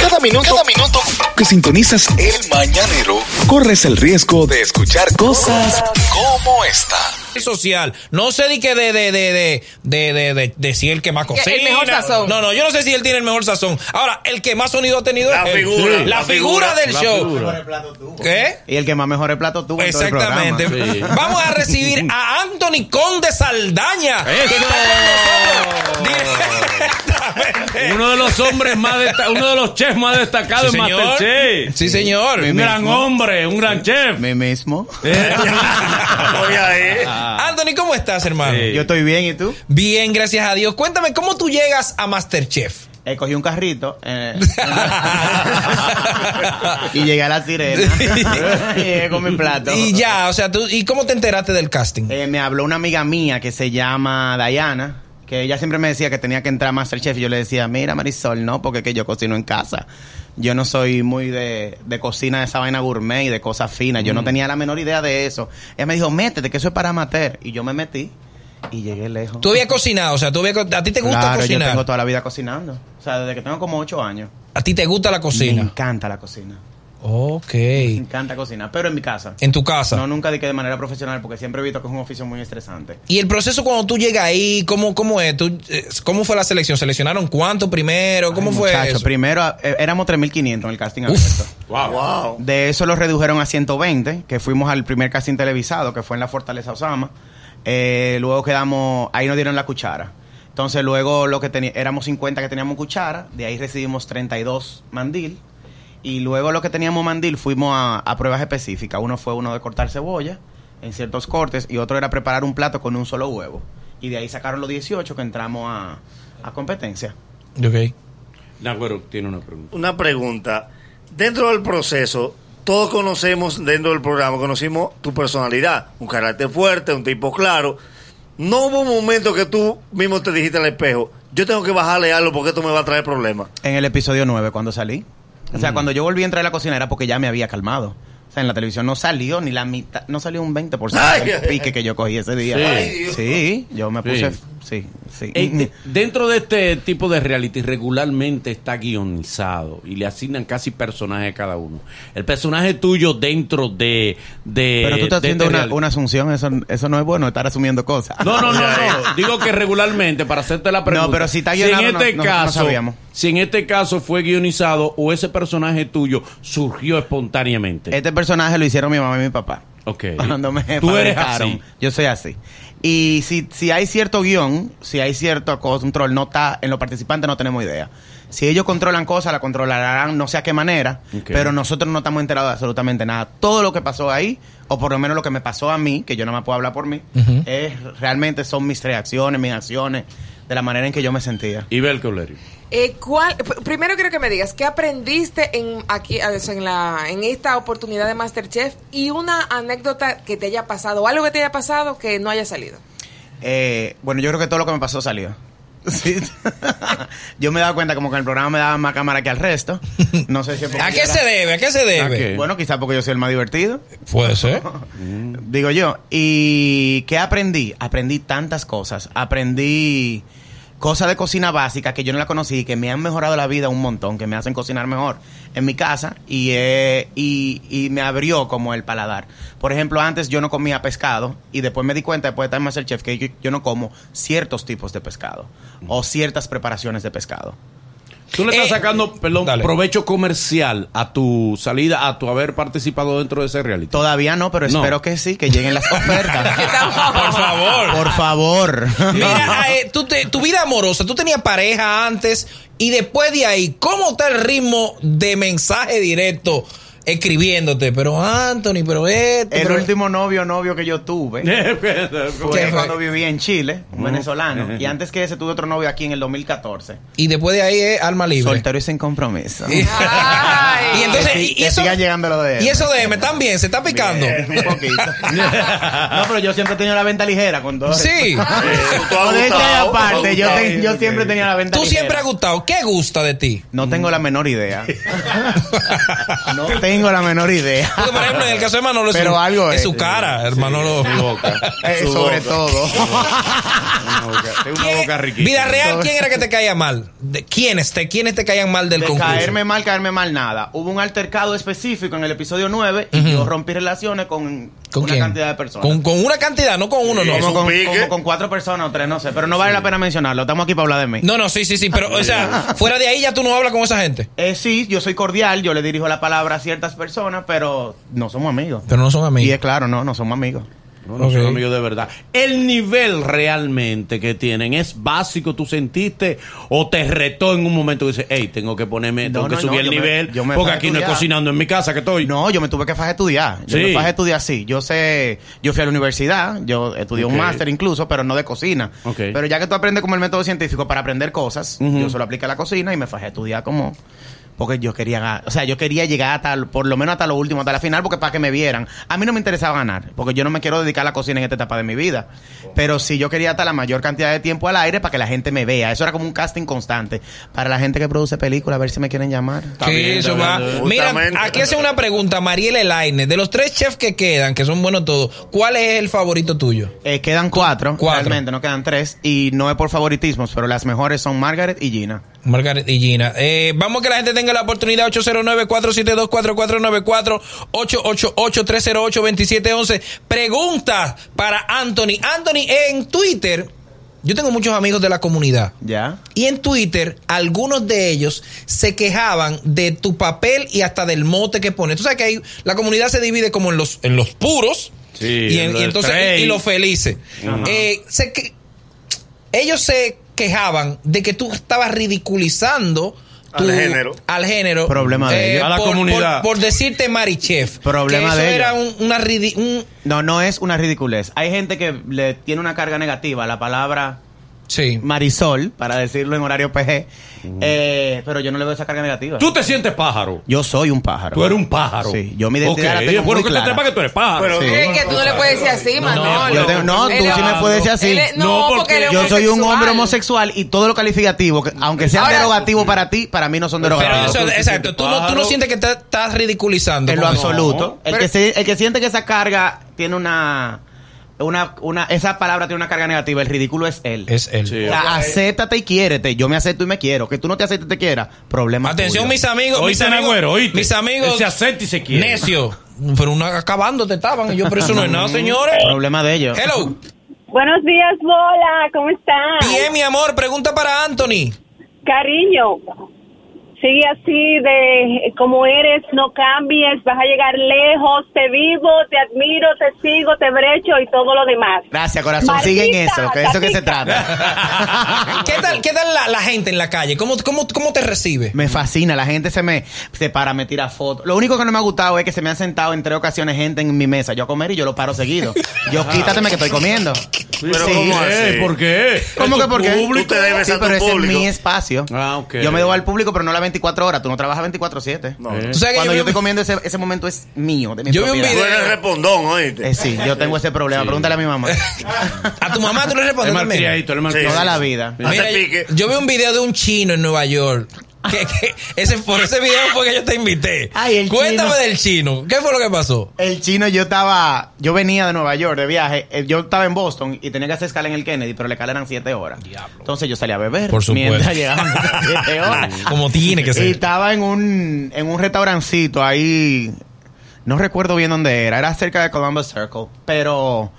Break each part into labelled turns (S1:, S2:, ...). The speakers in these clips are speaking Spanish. S1: Cada minuto, cada minuto que sintonizas el mañanero, corres el riesgo de escuchar cosas como esta.
S2: social. No sé ni que de, de, de, de, de, de, de- de si el que más cocina.
S3: El mejor sazón.
S2: No, no, yo no sé si él tiene el mejor sazón. Ahora, el que más sonido ha tenido
S4: La
S2: es él.
S4: figura.
S2: La,
S4: La
S2: figura,
S4: figura.
S2: del show. ¿Qué?
S5: Y el que más mejore plato tuvo en todo el programa.
S2: Exactamente. Vamos a recibir a Anthony Conde Saldaña. Que está con nosotros directamente.
S4: Uno de los hombres más desta- uno de los chefs más destacados
S2: Sí,
S4: en
S2: señor.
S4: Masterchef.
S2: Sí, señor.
S4: Un gran hombre, un gran chef.
S5: Me mismo.
S2: Anthony, ¿cómo estás, hermano?
S4: Sí.
S5: Yo estoy bien, ¿y tú?
S2: Bien, gracias a Dios. Cuéntame, ¿cómo tú llegas a Masterchef?
S5: Eh, cogí un carrito eh, y llegué a la sirena. y llegué con mi plato.
S2: Y ya, o sea, tú, ¿y cómo te enteraste del casting?
S5: Eh, me habló una amiga mía que se llama Diana, que ella siempre me decía que tenía que entrar a Masterchef. Y yo le decía, mira, Marisol, no, porque es que yo cocino en casa. Yo no soy muy de, de cocina, de esa vaina gourmet y de cosas finas. Yo no
S2: Mm.
S5: tenía la menor idea de eso. Ella me dijo, métete, que eso es para amateur. Y yo me metí y llegué lejos.
S2: Tú habías cocinado, o sea, tú habías co- a ti te gusta
S5: claro, yo
S2: cocinar.
S5: tengo toda la vida cocinando. O sea, desde que tengo como ocho años.
S2: A ti te gusta la
S5: Me
S2: cocina.
S5: encanta la cocina.
S2: Ok.
S5: Me encanta cocinar, pero en mi casa.
S2: En tu casa.
S5: No, nunca de que de manera profesional, porque siempre he visto que es un oficio muy estresante.
S2: Y el proceso cuando tú llegas ahí, ¿cómo, cómo es? ¿Tú, eh, ¿Cómo fue la selección? ¿Seleccionaron cuánto primero? ¿Cómo
S5: Ay,
S2: fue
S5: muchacho,
S2: eso?
S5: Primero eh, éramos 3.500 en el casting
S2: Uf.
S5: abierto. De eso lo redujeron a 120, que fuimos al primer casting televisado, que fue en la Fortaleza Osama. Eh, luego quedamos, ahí nos dieron la cuchara. Entonces luego lo que teni- éramos 50 que teníamos cuchara, de ahí recibimos 32 mandil. Y luego lo que teníamos mandil fuimos a, a pruebas específicas. Uno fue uno de cortar cebolla en ciertos cortes y otro era preparar un plato con un solo huevo. Y de ahí sacaron los 18 que entramos a, a competencia.
S2: Ok.
S4: Nagüero tiene una pregunta.
S6: Una pregunta. Dentro del proceso, todos conocemos dentro del programa, conocimos tu personalidad, un carácter fuerte, un tipo claro. No hubo un momento que tú mismo te dijiste al espejo, yo tengo que bajarle algo porque esto me va a traer problemas.
S5: En el episodio 9, cuando salí. O
S4: Mm.
S5: sea, cuando yo volví a entrar a la cocina era porque ya me había calmado. O sea, en la televisión no salió ni la mitad, no salió un 20% del
S6: Ay.
S5: pique que yo cogí ese día.
S4: Sí.
S5: Sí, yo me puse.
S4: Sí.
S5: Sí, sí. Mm,
S4: Eh, de- dentro de este tipo de reality regularmente está guionizado y le asignan casi personaje a cada uno. El personaje tuyo dentro de... de
S5: Pero tú estás
S4: de
S5: haciendo
S4: este
S5: una,
S4: reality-
S5: una asunción, eso, eso no es bueno, estar asumiendo cosas.
S4: No, no, no, no. Digo que regularmente, para hacerte la pregunta.
S5: No, pero si está guionado,
S4: en este
S5: no- nosotros no
S4: caso,
S5: sabíamos.
S4: Si en este caso fue guionizado o ese personaje tuyo surgió espontáneamente.
S5: Este personaje lo hicieron mi mamá y mi papá.
S4: Ok.
S5: Cuando me
S4: Tú eres
S5: fabricaron.
S4: así.
S5: Yo soy así. Y si, si hay cierto guión, si hay cierto control, no está en los participantes, no tenemos idea. Si ellos controlan cosas, la controlarán no sé a qué manera,
S4: Ok.
S5: pero nosotros no estamos enterados de absolutamente nada. Todo lo que pasó ahí, o por lo menos lo que me pasó a mí, que yo no me puedo hablar por mí, es realmente son mis reacciones, mis acciones, de la manera en que yo me sentía.
S4: Y Belka Olerio.
S3: Eh, ¿cuál- pr- primero quiero que me digas, ¿qué aprendiste en, aquí, a eso, en, la, en esta oportunidad de Masterchef? Y una anécdota que te haya pasado, o algo que te haya pasado que no haya salido.
S5: Eh, bueno, yo creo que todo lo que me pasó salió. Sí. yo me he dado cuenta como que el programa me daba más cámara que al resto. No sé si es porque
S2: ¿A
S5: yo
S2: qué
S5: era-
S2: se debe? ¿A qué se
S4: ¿A
S2: debe?
S4: qué?
S5: Bueno, quizás porque yo soy el más divertido,
S2: Puede ser.
S5: digo yo. ¿Y qué aprendí? Aprendí tantas cosas. Aprendí cosas de cocina básica que yo no la conocí, que me han mejorado la vida un montón, que me hacen cocinar mejor en mi casa y, eh, y, y me abrió como el paladar. Por ejemplo, antes yo no comía pescado y después me di cuenta, después de estar en Masterchef, que yo- yo no como ciertos tipos de pescado o ciertas preparaciones de pescado.
S4: Tú le estás
S2: Eh,
S4: sacando, perdón,
S2: dale.
S4: provecho comercial a tu salida, a tu haber participado dentro de ese reality.
S5: Todavía no, pero
S4: No.
S5: espero que sí, que lleguen las ofertas.
S2: Por favor.
S5: Por favor.
S2: Mira, eh, tú te- tu vida amorosa, tú tenías pareja antes y después de ahí, ¿cómo está el ritmo de mensaje directo escribiéndote? Pero Anthony, pero esto.
S5: El
S2: pero-
S5: último novio novio que yo tuve
S2: ¿Qué
S5: fue Mm. Eh,
S2: fue?
S5: cuando vivía en Chile, un venezolano. Y antes que ese tuve otro novio aquí en el 2014.
S2: Y después de ahí es alma libre.
S5: Soltero y sin compromiso.
S2: Y-
S3: Ay,
S2: Y entonces, y, y
S5: que
S2: eso,
S5: sigan llegando los de
S2: y eso de me están bien, se está picando.
S5: Un poquito. no, pero yo siempre he tenido la venta ligera con todo.
S2: Sí.
S6: Tú has
S5: Con esta
S6: gustado, tú
S5: aparte,
S6: has
S5: yo,
S6: gustado.
S5: te- yo siempre he tenido la venta
S2: Tú
S5: ligera.
S2: siempre has gustado. ¿Qué gusta de ti?
S5: No tengo la menor idea. no tengo la menor idea.
S2: Porque, por ejemplo, en el caso de Manolo, es,
S5: Pero
S2: su,
S5: algo
S2: es
S5: es.
S2: su cara, hermano.
S4: Mi boca.
S5: Eh,
S6: Su
S5: sobre
S6: boca.
S5: todo.
S4: Una boca, tengo una
S2: ¿Quién-
S4: boca riquísima.
S2: Vida real, ¿quién era que te caía mal? ¿De ¿Quiénes te, quiénes te caían mal del
S5: De
S2: concurso?
S5: caerme mal, caerme mal, nada. Hubo un altercado específico en el episodio 9 y yo rompí relaciones con,
S2: ¿Con
S5: una
S2: quién?
S5: cantidad de personas.
S2: Con, con una cantidad, no con uno, no.
S6: Eso.
S5: como,
S6: un
S5: con,
S6: pique.
S5: como con cuatro personas o tres, no sé. Pero no vale la pena mencionarlo. Estamos aquí para hablar de mí.
S2: No, no, sí, sí, sí. Pero, o sea, fuera de ahí ya tú no hablas con esa gente.
S5: Eh, sí, yo soy cordial, yo le dirijo la palabra a ciertas personas, pero no somos amigos.
S2: Pero no son
S5: Y
S2: amigos.
S5: es claro, no, no somos amigos.
S4: No, no
S2: Ok.
S4: son amigos de verdad. El nivel realmente que tienen es básico. ¿Tú sentiste o te retó en un momento que dices, hey, tengo que ponerme,
S5: No,
S4: tengo que
S5: no,
S4: subir
S5: no,
S4: el
S5: yo me-
S4: nivel?
S5: yo me
S4: porque
S5: fui a
S4: aquí no es
S5: estudiar.
S4: cocinando en mi casa que estoy.
S5: No, yo me tuve que fajar a estudiar. Yo
S4: Sí.
S5: me fajé a estudiar, sí. Yo sé, yo fui a la universidad, yo estudié
S4: Ok.
S5: un máster incluso, pero no de cocina.
S4: Ok.
S5: Pero ya que tú aprendes como el método científico para aprender cosas, yo solo apliqué a la cocina y me fajé a estudiar como... Porque yo quería, ga- o sea, yo quería llegar hasta, el- por lo menos hasta lo último, hasta la final, porque para que me vieran. A mí no me interesaba ganar, porque yo no me quiero dedicar a la cocina en esta etapa de mi vida. Pero sí yo quería hasta la mayor cantidad de tiempo al aire para que la gente me vea. Eso era como un casting constante. Para la gente que produce películas, a ver si me quieren llamar.
S4: Está
S2: Sí,
S4: bien,
S2: eso
S4: está
S2: va.
S4: bien.
S2: Mira,
S6: Justamente.
S2: aquí hace una pregunta Mariela Elaine. De los tres chefs que quedan, que son buenos todos, ¿cuál es el favorito tuyo?
S5: Eh, quedan cuatro,
S2: Cuatro.
S5: realmente, no quedan tres. Y no es por favoritismos, pero las mejores son Margaret y Gina.
S2: Margaret y Gina. Eh, vamos a que la gente tenga la oportunidad. 809-472-4494, 888-308-2711. Preguntas para Anthony. Anthony, en Twitter, yo tengo muchos amigos de la comunidad.
S5: ¿Ya?
S2: Y en Twitter, algunos de ellos se quejaban de tu papel y hasta del mote que pones. Tú sabes que ahí la comunidad se divide como en los, en los puros
S4: Sí,
S2: y, en-
S4: en los
S2: y entonces,
S4: straight.
S2: y, y los felices. Eh, se que- ellos se quejaban de que tú estabas ridiculizando
S6: Al
S2: tu-
S6: género.
S2: al género. eh,
S5: Problema de ellos.
S4: A la
S2: por,
S4: comunidad.
S2: Por, por decirte Marichef.
S5: Problema
S2: que eso
S5: de
S2: era
S5: ellos.
S2: un- una ridi- un-
S5: No, no es una ridiculez. Hay gente que le tiene una carga negativa a la palabra
S2: Sí.
S5: Marisol, para decirlo en horario PG, eh, pero yo no le veo esa carga negativa.
S4: Mm. Tú te sientes pájaro.
S5: Yo soy un pájaro.
S4: Tú eres un pájaro.
S5: Sí, yo mi identidad
S4: Ok,
S5: la tengo
S4: bueno,
S5: muy
S4: que te
S5: clara.
S4: sepa que tú eres pájaro.
S6: Ah, Pero-
S5: Sí.
S3: Es Eh, que tú no le puedes decir así, Manolo.
S5: yo tengo- no, tú
S3: Él es-
S5: sí me puedes decir así.
S3: él es-
S4: No,
S3: No,
S4: porque
S3: porque él es
S5: Yo soy un hombre
S3: homosexual.
S5: homosexual y todo lo calificativo, que- aunque sea
S3: Ahora-
S5: derogativo para ti, para mí no son
S2: Pero
S5: derogativos.
S2: eso,
S4: tú te
S2: exacto.
S4: sientes
S2: Tú no, tú no
S4: pájaro.
S2: sientes que te estás ridiculizando.
S5: En lo
S2: como-
S5: absoluto. El,
S3: Pero-
S5: que se- el que siente que esa carga tiene una, una, una- esa palabra tiene una carga negativa, el ridículo es él.
S2: Es él.
S4: Sí.
S5: O sea, acéptate y quiérete. Yo me acepto y me quiero. Que tú no te aceptes y te quieras. Problema.
S2: Atención,
S5: tuyo.
S2: mis amigos. mis
S4: Oíste,
S2: amigos,
S4: Nagüero, oíste.
S2: Mis amigos.
S4: Él se acepta y se quiere.
S2: Necio. Pero una, acabando te estaban. Y yo, pero eso no es nada, señores.
S5: Problema de ellos.
S2: Hello.
S7: Buenos días, Bola, ¿cómo estás?
S2: Bien, mi amor. Pregunta para Anthony.
S7: Cariño, sigue así de como eres, no cambies, vas a llegar lejos, te vivo, te admiro, te sigo, te brecho y todo lo demás.
S5: Gracias, corazón. Sigue en
S7: Maldita,
S5: eso. Que de eso que se
S7: tatita.
S5: trata.
S2: ¿Qué tal, qué tal la, la gente en la calle? ¿Cómo, cómo, cómo te recibe?
S5: Me fascina, la gente se me se para, me tira fotos. Lo único que no me ha gustado es que se me han sentado en tres ocasiones gente en mi mesa, yo a comer y yo lo paro seguido. Yo quítateme que estoy comiendo.
S4: Pero
S6: Sí.
S4: ¿cómo así?
S6: Sí.
S4: ¿Por qué?
S5: ¿Cómo
S4: ¿Es
S5: que
S4: tu
S5: por qué?
S4: público?
S6: Tú te debes
S5: Sí,
S6: a tu
S5: pero ese es
S6: público.
S5: mi espacio.
S4: Ah, ok.
S5: Yo me debo al público, pero no las 24 horas. Tú no trabajas 24-7.
S6: No.
S2: Tú sabes que yo
S5: Cuando yo
S2: vi-
S5: estoy comiendo, ese, ese momento es mío, de mi
S2: Yo vi un
S5: propiedad.
S6: Tú eres respondón, oíste.
S5: Eh, sí, yo tengo ese problema. Pregúntale a mi mamá.
S2: A tu mamá tú le
S4: El
S2: respondes también.
S4: malcriadito, el
S6: Sí.
S5: Toda
S4: malcriadito.
S5: la vida.
S6: Hace
S2: Mira,
S6: pique.
S2: yo, yo vi un video de un chino en Nueva York. Que, que- ese, por ese video fue que yo te invité.
S5: Ay, el
S2: Cuéntame
S5: chino.
S2: del chino. ¿Qué fue lo que pasó?
S5: El chino, yo estaba, yo venía de Nueva York de viaje, eh, yo estaba en Boston y tenía que hacer escala en el Kennedy, pero la escala eran 7 horas. Entonces yo salía a beber
S2: Por supuesto.
S5: mientras llegaban 7 horas.
S2: Como tiene que
S5: Y
S2: ser.
S5: estaba en un, en un restaurancito ahí, no recuerdo bien dónde era, era cerca de Columbus Circle, pero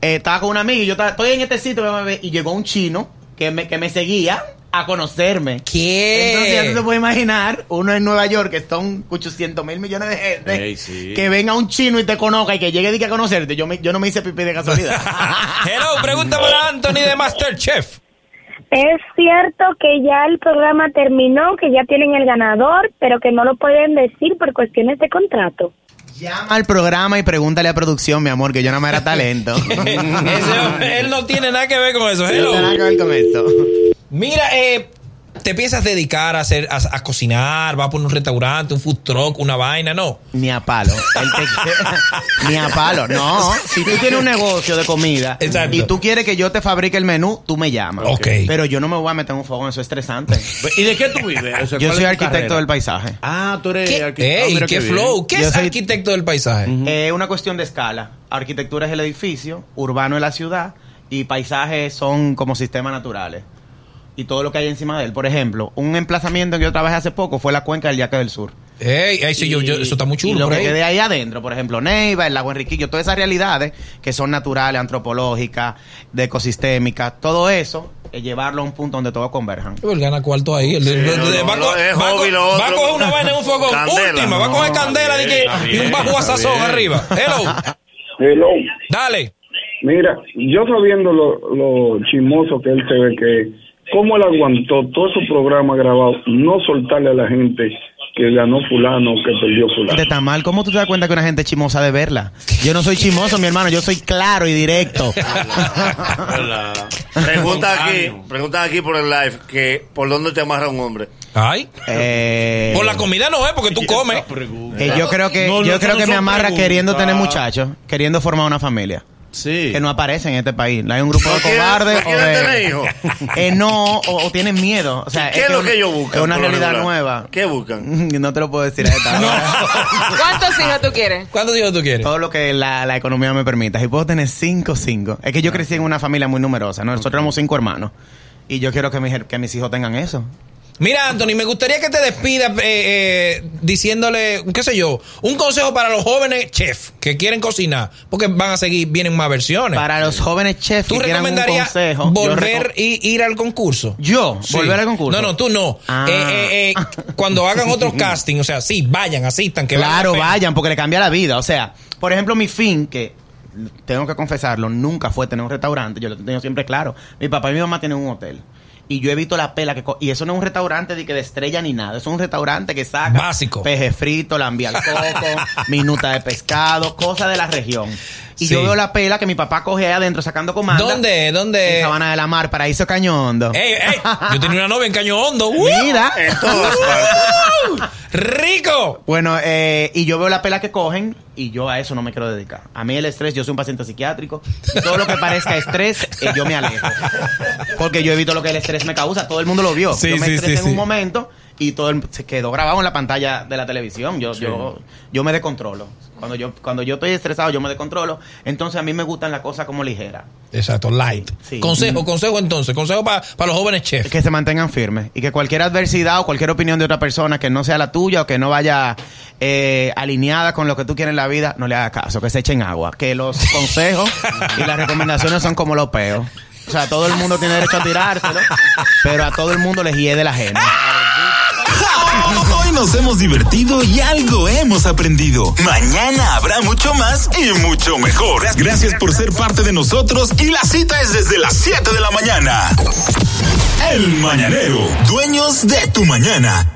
S5: eh, estaba con una amiga y yo estaba, estoy en este sitio bebé, bebé", y llegó un chino que me, que me seguía a conocerme.
S2: ¿Qué?
S5: Entonces ya no se puede imaginar, uno en Nueva York, que son 800 mil millones de gente,
S4: Ey, sí.
S5: que venga un chino y te conozca y que llegue y que a conocerte. Yo, me- yo no me hice pipí de casualidad.
S2: Hello, pregunta para Anthony de Masterchef.
S7: Es cierto que ya el programa terminó, que ya tienen el ganador, pero que no lo pueden decir por cuestiones de contrato.
S5: Llama al programa y pregúntale a producción, mi amor, que yo nada más era talento.
S2: Ese hombre, él no tiene nada que ver con eso.
S5: No tiene nada
S2: Hello.
S5: que ver con esto.
S2: Mira, eh, te piensas dedicar a hacer a, a cocinar, vas a poner un restaurante, un food truck, una vaina, no.
S5: Ni a palo. Él te- Ni a palo. No. Si tú tienes un negocio de comida
S2: Exacto.
S5: y tú quieres que yo te fabrique el menú, tú me llamas.
S2: Ok.
S5: Pero yo no me voy a meter en un fogón, eso es estresante.
S4: ¿Y de qué tú vives? O sea,
S5: yo
S4: ¿cuál
S5: soy
S4: es tu
S5: arquitecto
S4: carrera?
S5: del paisaje.
S4: Ah, tú eres
S2: ¿Qué,
S4: arquitecto. Ah,
S2: ey,
S4: mira
S2: qué
S4: bien.
S2: flow? ¿Qué
S5: Yo
S2: es
S5: soy-
S2: arquitecto del paisaje?
S6: Mm.
S5: Es Eh, una cuestión de escala. Arquitectura es el edificio, urbano es la ciudad y paisajes son como sistemas naturales. Y todo lo que hay encima de él. Por ejemplo, un emplazamiento que yo trabajé hace poco fue la cuenca del Yaque del Sur.
S2: Ey, ey, sí, yo- yo-
S5: Y-
S2: eso está muy
S5: Y
S2: chulo.
S5: lo
S2: por
S5: que
S2: ahí.
S5: quede ahí adentro, por ejemplo, Neiva, el lago Enriquillo, todas esas realidades que son naturales, antropológicas, de ecosistémicas, todo eso, eh, llevarlo a un punto donde todos converjan.
S2: Él pues, gana cuarto ahí. El, el-
S6: no,
S2: el-
S6: no,
S2: va, a
S6: no,
S2: co-
S6: es
S2: va a co-
S6: hobby lo
S2: va a
S6: otro.
S2: coger una vaina en un fogón.
S6: Candela.
S2: última, va a coger
S6: No,
S2: candela de que-
S4: está bien,
S2: y un bajo
S4: está
S2: a sazón
S4: bien.
S2: arriba. Hello.
S8: Hello.
S2: Dale.
S8: Mira, yo sabiendo lo, lo chismoso que él se ve que es, cómo él aguantó todo su programa grabado, no soltarle a la gente que ganó fulano o que perdió fulano.
S5: De tamal, ¿cómo tú te das cuenta que una gente es chimosa de verla? Yo no soy chimoso, mi hermano, yo soy claro y directo.
S4: Hola.
S6: Pregunta aquí,
S4: Espontáneo.
S6: pregunta aquí por el live que por dónde te amarra un hombre.
S2: Ay.
S5: Eh,
S2: Por la comida no es porque tú comes.
S4: Esa pregunta.
S5: que yo creo que
S4: No,
S5: yo
S4: no,
S5: creo
S4: no
S5: que
S4: son
S5: me amarra
S4: preguntas.
S5: queriendo tener muchachos, queriendo formar una familia.
S4: Sí.
S5: Que no aparece en este país. Hay un grupo
S6: ¿No
S5: de
S6: quieren-
S5: cobardes.
S6: no
S5: o
S6: quieren
S5: de-
S6: tener hijos?
S5: Eh, no, o, o tienen miedo. O sea,
S6: ¿Qué es lo que ellos buscan?
S5: Es una
S6: por lo
S5: realidad
S6: regular?
S5: nueva.
S6: ¿Qué buscan?
S5: No te lo puedo decir a esta hora.
S3: ¿Cuántos hijos tú quieres?
S2: ¿Cuántos hijos tú quieres?
S5: Todo lo que la, la economía me permita. Si puedo tener cinco, cinco. Es que yo crecí en una familia muy numerosa. ¿no? Nosotros éramos cinco hermanos. Y yo quiero que mis, que mis hijos tengan eso.
S2: Mira, Anthony, me gustaría que te despidas eh, eh, diciéndole, qué sé yo, un consejo para los jóvenes chefs que quieren cocinar, porque van a seguir, vienen más versiones.
S5: Para los jóvenes chefs
S2: ¿Tú
S5: que quieran un
S2: recomendarías
S5: consejo. yo
S2: volver
S5: reco-
S2: y ir al concurso?
S5: Yo,
S2: Sí.
S5: volver al concurso.
S2: No, no, tú no.
S5: Ah.
S2: Eh, eh, eh, cuando hagan otros casting, o sea, sí, vayan, asistan, que
S5: Claro,
S2: valga la pena.
S5: vayan, porque le cambia la vida. O sea, por ejemplo, mi fin, que tengo que confesarlo, nunca fue tener un restaurante. Yo lo tengo siempre claro. Mi papá y mi mamá tienen un hotel. Y yo evito la pela que... co- Y eso no es un restaurante de, que de estrella ni nada. Eso es un restaurante que saca...
S2: Básico.
S5: Peje frito, lambia al coco, minuta de pescado, cosas de la región. Y
S2: Sí.
S5: yo veo la pela que mi papá coge ahí adentro sacando comandas.
S2: ¿Dónde? ¿Dónde?
S5: En Sabana de la Mar, Paraíso Cañondo.
S2: Ey, ey, yo tenía una novia en Caño Hondo. ¡Uh!
S5: Mira.
S6: En todas partes.
S2: ¡Rico!
S5: Bueno, eh, y yo veo la pela que cogen y yo a eso no me quiero dedicar. A mí el estrés, yo soy un paciente psiquiátrico. y todo lo que parezca estrés, eh, yo me alejo. Porque yo evito lo que el estrés me causa. Todo el mundo lo vio.
S2: Sí,
S5: yo me
S2: sí,
S5: estresé
S2: sí,
S5: en
S2: sí.
S5: un momento y todo el- se quedó grabado en la pantalla de la televisión. Yo, yo, yo me descontrolo. Cuando yo, cuando yo estoy estresado, yo me descontrolo. Entonces a mí me gustan las cosas como ligeras.
S2: Exacto, light.
S5: Sí.
S2: Consejo, consejo entonces, consejo para los jóvenes chefs.
S5: Que se mantengan firmes y que cualquier adversidad o cualquier opinión de otra persona que no sea la tuya o que no vaya eh, alineada con lo que tú quieres en la vida, no le hagas caso, que se echen agua. Que los consejos y las recomendaciones son como los peos. O sea, todo el mundo tiene derecho a tirárselo, pero a todo el mundo les hiede la gente.
S1: Hoy nos hemos divertido y algo hemos aprendido. Mañana habrá mucho más y mucho mejor. Gracias por ser parte de nosotros y la cita es desde las 7 de la mañana. El Mañanero, dueños de tu mañana.